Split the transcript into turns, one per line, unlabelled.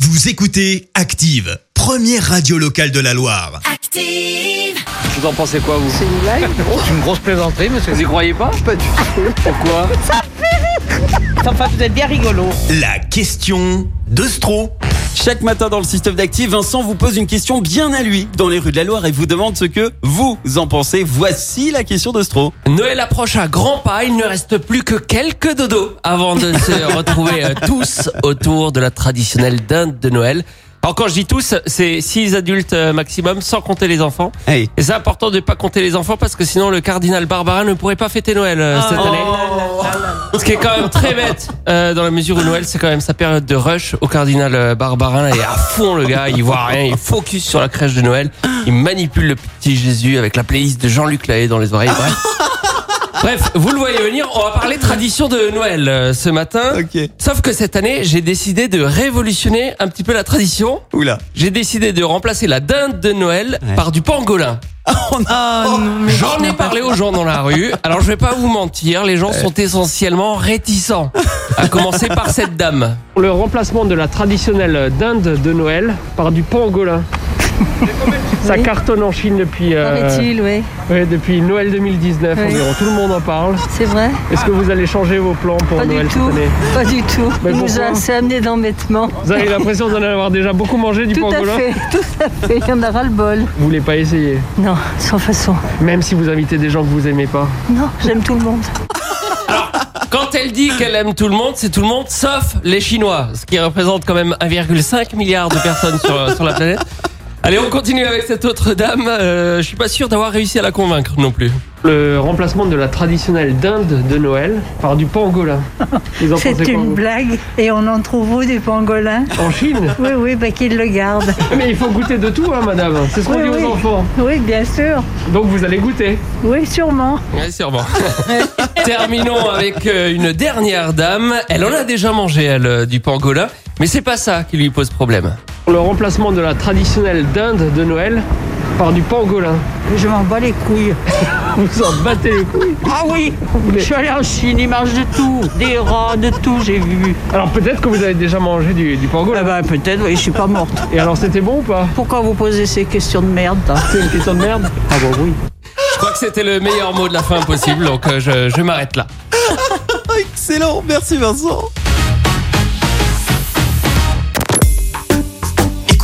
Vous écoutez Active, première radio locale de la Loire.
Active!
Vous en pensez quoi, vous
C'est une blague
C'est une grosse plaisanterie, monsieur. Vous y croyez pas Pas du tout. Pourquoi
Enfin, vous êtes bien rigolo.
La question de Stro.
Chaque matin dans le système d'actifs, Vincent vous pose une question bien à lui dans les rues de la Loire et vous demande ce que vous en pensez. Voici la question de Stro.
Noël approche à grands pas, il ne reste plus que quelques dodos avant de se retrouver euh, tous autour de la traditionnelle dinde de Noël. Alors quand je dis tous, c'est 6 adultes euh, maximum, sans compter les enfants.
Hey.
Et c'est important de ne pas compter les enfants parce que sinon le cardinal Barbarin ne pourrait pas fêter Noël euh, cette année.
Oh.
Ce qui est quand même très bête euh, dans la mesure où Noël c'est quand même sa période de rush au cardinal euh, Barbarin et à fond le gars, il voit rien, il focus sur la crèche de Noël, il manipule le petit Jésus avec la playlist de Jean-Luc Lahaye dans les oreilles. Bref. Bref, vous le voyez venir, on va parler tradition de Noël euh, ce matin.
Ok.
Sauf que cette année, j'ai décidé de révolutionner un petit peu la tradition.
Oula.
J'ai décidé de remplacer la dinde de Noël
Ouais.
par du pangolin. J'en ai parlé aux gens dans la rue. Alors je vais pas vous mentir, les gens sont essentiellement réticents. À commencer par cette dame.
le remplacement de la traditionnelle dinde de Noël par du pangolin. Ça
Oui.
cartonne en Chine depuis, euh,
Paraît-il, oui.
ouais, depuis Noël 2019
Oui.
environ. Tout le monde en parle.
C'est vrai
Est-ce que vous allez changer vos plans pour
Pas du
Noël cette
tout.
année
Pas du tout.
Mais
Il nous
pourquoi
a c'est amené d'embêtements.
Vous avez l'impression d'en avoir déjà beaucoup mangé du
Tout à
pangolin
fait, tout à fait. Il y en a ras-le-bol.
Vous voulez pas essayer
Non, sans façon.
Même si vous invitez des gens que vous aimez pas.
Non, j'aime tout le monde.
Quand elle dit qu'elle aime tout le monde, c'est tout le monde sauf les Chinois, ce qui représente quand même 1,5 milliard de personnes sur, sur la planète. Allez, on continue avec cette autre dame. Euh, je suis pas sûr d'avoir réussi à la convaincre non plus.
Le remplacement de la traditionnelle dinde de Noël par du pangolin. Ils en pensez
C'est
quoi
une
vous
blague et on en trouve où du pangolin
En Chine
Oui, oui, bah qu'il le garde.
Mais il faut goûter de tout, hein, madame. C'est ce qu'on
Oui,
dit
oui.
aux enfants.
Oui, bien sûr.
Donc vous allez goûter.
Oui, sûrement.
Ouais, sûrement. Terminons avec euh, une dernière dame. Elle en a déjà mangé, elle, euh, du pangolin. Mais c'est pas ça qui lui pose problème.
Le remplacement de la traditionnelle dinde de Noël par du pangolin.
Je m'en bats les couilles.
Vous en battez les couilles.
Ah oui
Mais-
Je suis allée en Chine, ils mangent de tout. Des rats, de tout, j'ai vu.
Alors peut-être que vous avez déjà mangé du, du
Ah
pangolin.
ben peut-être, oui, je suis pas morte.
Et alors c'était bon ou pas
Pourquoi vous posez ces questions de merde hein là
C'est une question de merde Ah bon oui.
Je crois que c'était le meilleur mot de la fin possible, donc euh, je, je m'arrête là.
Excellent, merci Vincent.